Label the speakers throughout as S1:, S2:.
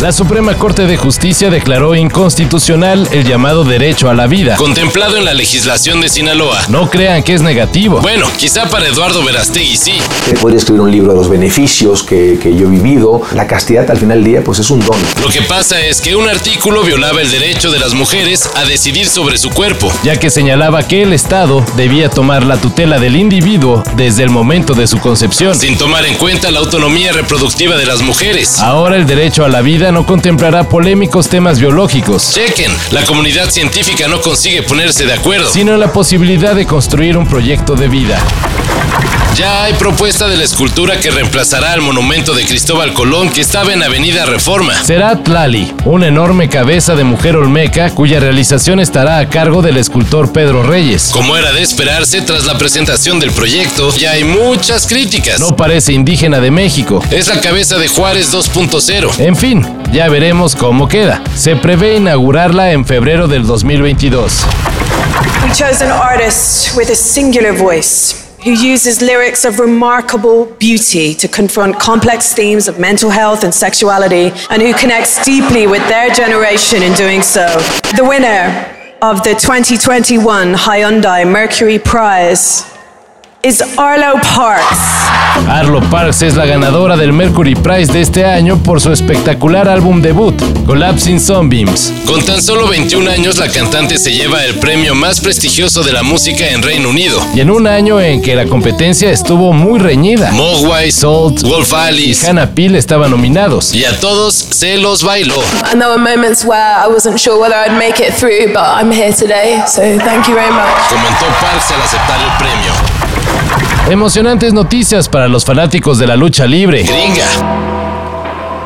S1: La Suprema Corte de Justicia declaró inconstitucional el llamado derecho a la vida, contemplado en la legislación de Sinaloa. No crean que es negativo. Bueno, quizá para Eduardo Verastegui sí.
S2: Podría escribir un libro de los beneficios que, que yo he vivido. La castidad al final del día pues es un don.
S1: Lo que pasa es que un artículo violaba el derecho de las mujeres a decidir sobre su cuerpo, ya que señalaba que el Estado debía tomar la tutela del individuo desde el momento de su concepción, sin tomar en cuenta la autonomía reproductiva de las mujeres. Ahora el derecho a la vida no contemplará polémicos temas biológicos. Chequen, la comunidad científica no consigue ponerse de acuerdo, sino la posibilidad de construir un proyecto de vida. Ya hay propuesta de la escultura que reemplazará al monumento de Cristóbal Colón que estaba en Avenida Reforma. Será Tlali, una enorme cabeza de mujer olmeca cuya realización estará a cargo del escultor Pedro Reyes. Como era de esperarse, tras la presentación del proyecto ya hay muchas críticas. No parece indígena de México. Es la cabeza de Juárez 2.0. En fin, ya veremos cómo queda. Se prevé inaugurarla en febrero del 2022.
S3: We chose an artist with a singular voice. who uses lyrics of remarkable beauty to confront complex themes of mental health and sexuality, and who connects deeply with their generation in doing so. The winner of the 2021 Hyundai Mercury Prize is Arlo Parks.
S1: Arlo Parks es la ganadora del Mercury Prize de este año por su espectacular álbum debut, Collapsing Sunbeams. Con tan solo 21 años, la cantante se lleva el premio más prestigioso de la música en Reino Unido. Y en un año en que la competencia estuvo muy reñida. Mogwai, Salt, Wolf Alice y Hannah Peel estaban nominados. Y a todos se los bailó.
S4: And there were moments where I wasn't sure whether I'd make it through, but I'm here today, so thank you very much.
S1: Comentó Parks al aceptar el premio. Emocionantes noticias para los fanáticos de la lucha libre. Gringa.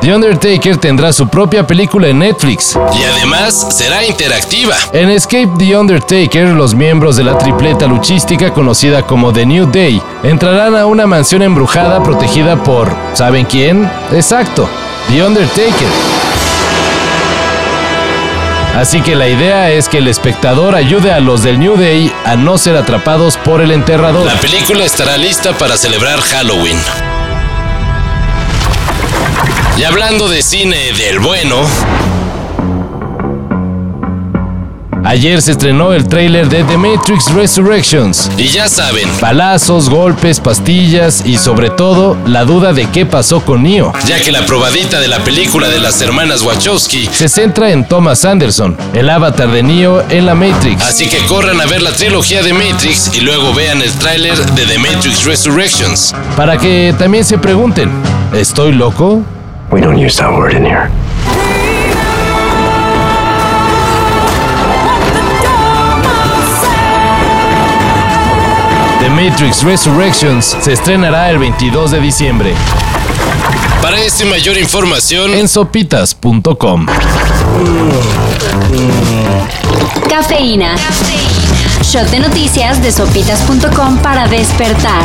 S1: The Undertaker tendrá su propia película en Netflix. Y además será interactiva. En Escape the Undertaker, los miembros de la tripleta luchística conocida como The New Day entrarán a una mansión embrujada protegida por... ¿Saben quién? Exacto, The Undertaker. Así que la idea es que el espectador ayude a los del New Day a no ser atrapados por el enterrador. La película estará lista para celebrar Halloween. Y hablando de cine del bueno, Ayer se estrenó el tráiler de The Matrix Resurrections. Y ya saben, palazos, golpes, pastillas y sobre todo la duda de qué pasó con Neo. Ya que la probadita de la película de las hermanas Wachowski se centra en Thomas Anderson, el avatar de Neo en la Matrix. Así que corran a ver la trilogía de Matrix y luego vean el tráiler de The Matrix Resurrections. Para que también se pregunten, ¿estoy loco?
S5: We don't use that word in here.
S1: The Matrix Resurrections se estrenará el 22 de diciembre. Para esta y mayor información en sopitas.com.
S6: Cafeína. Shot de noticias de sopitas.com para despertar.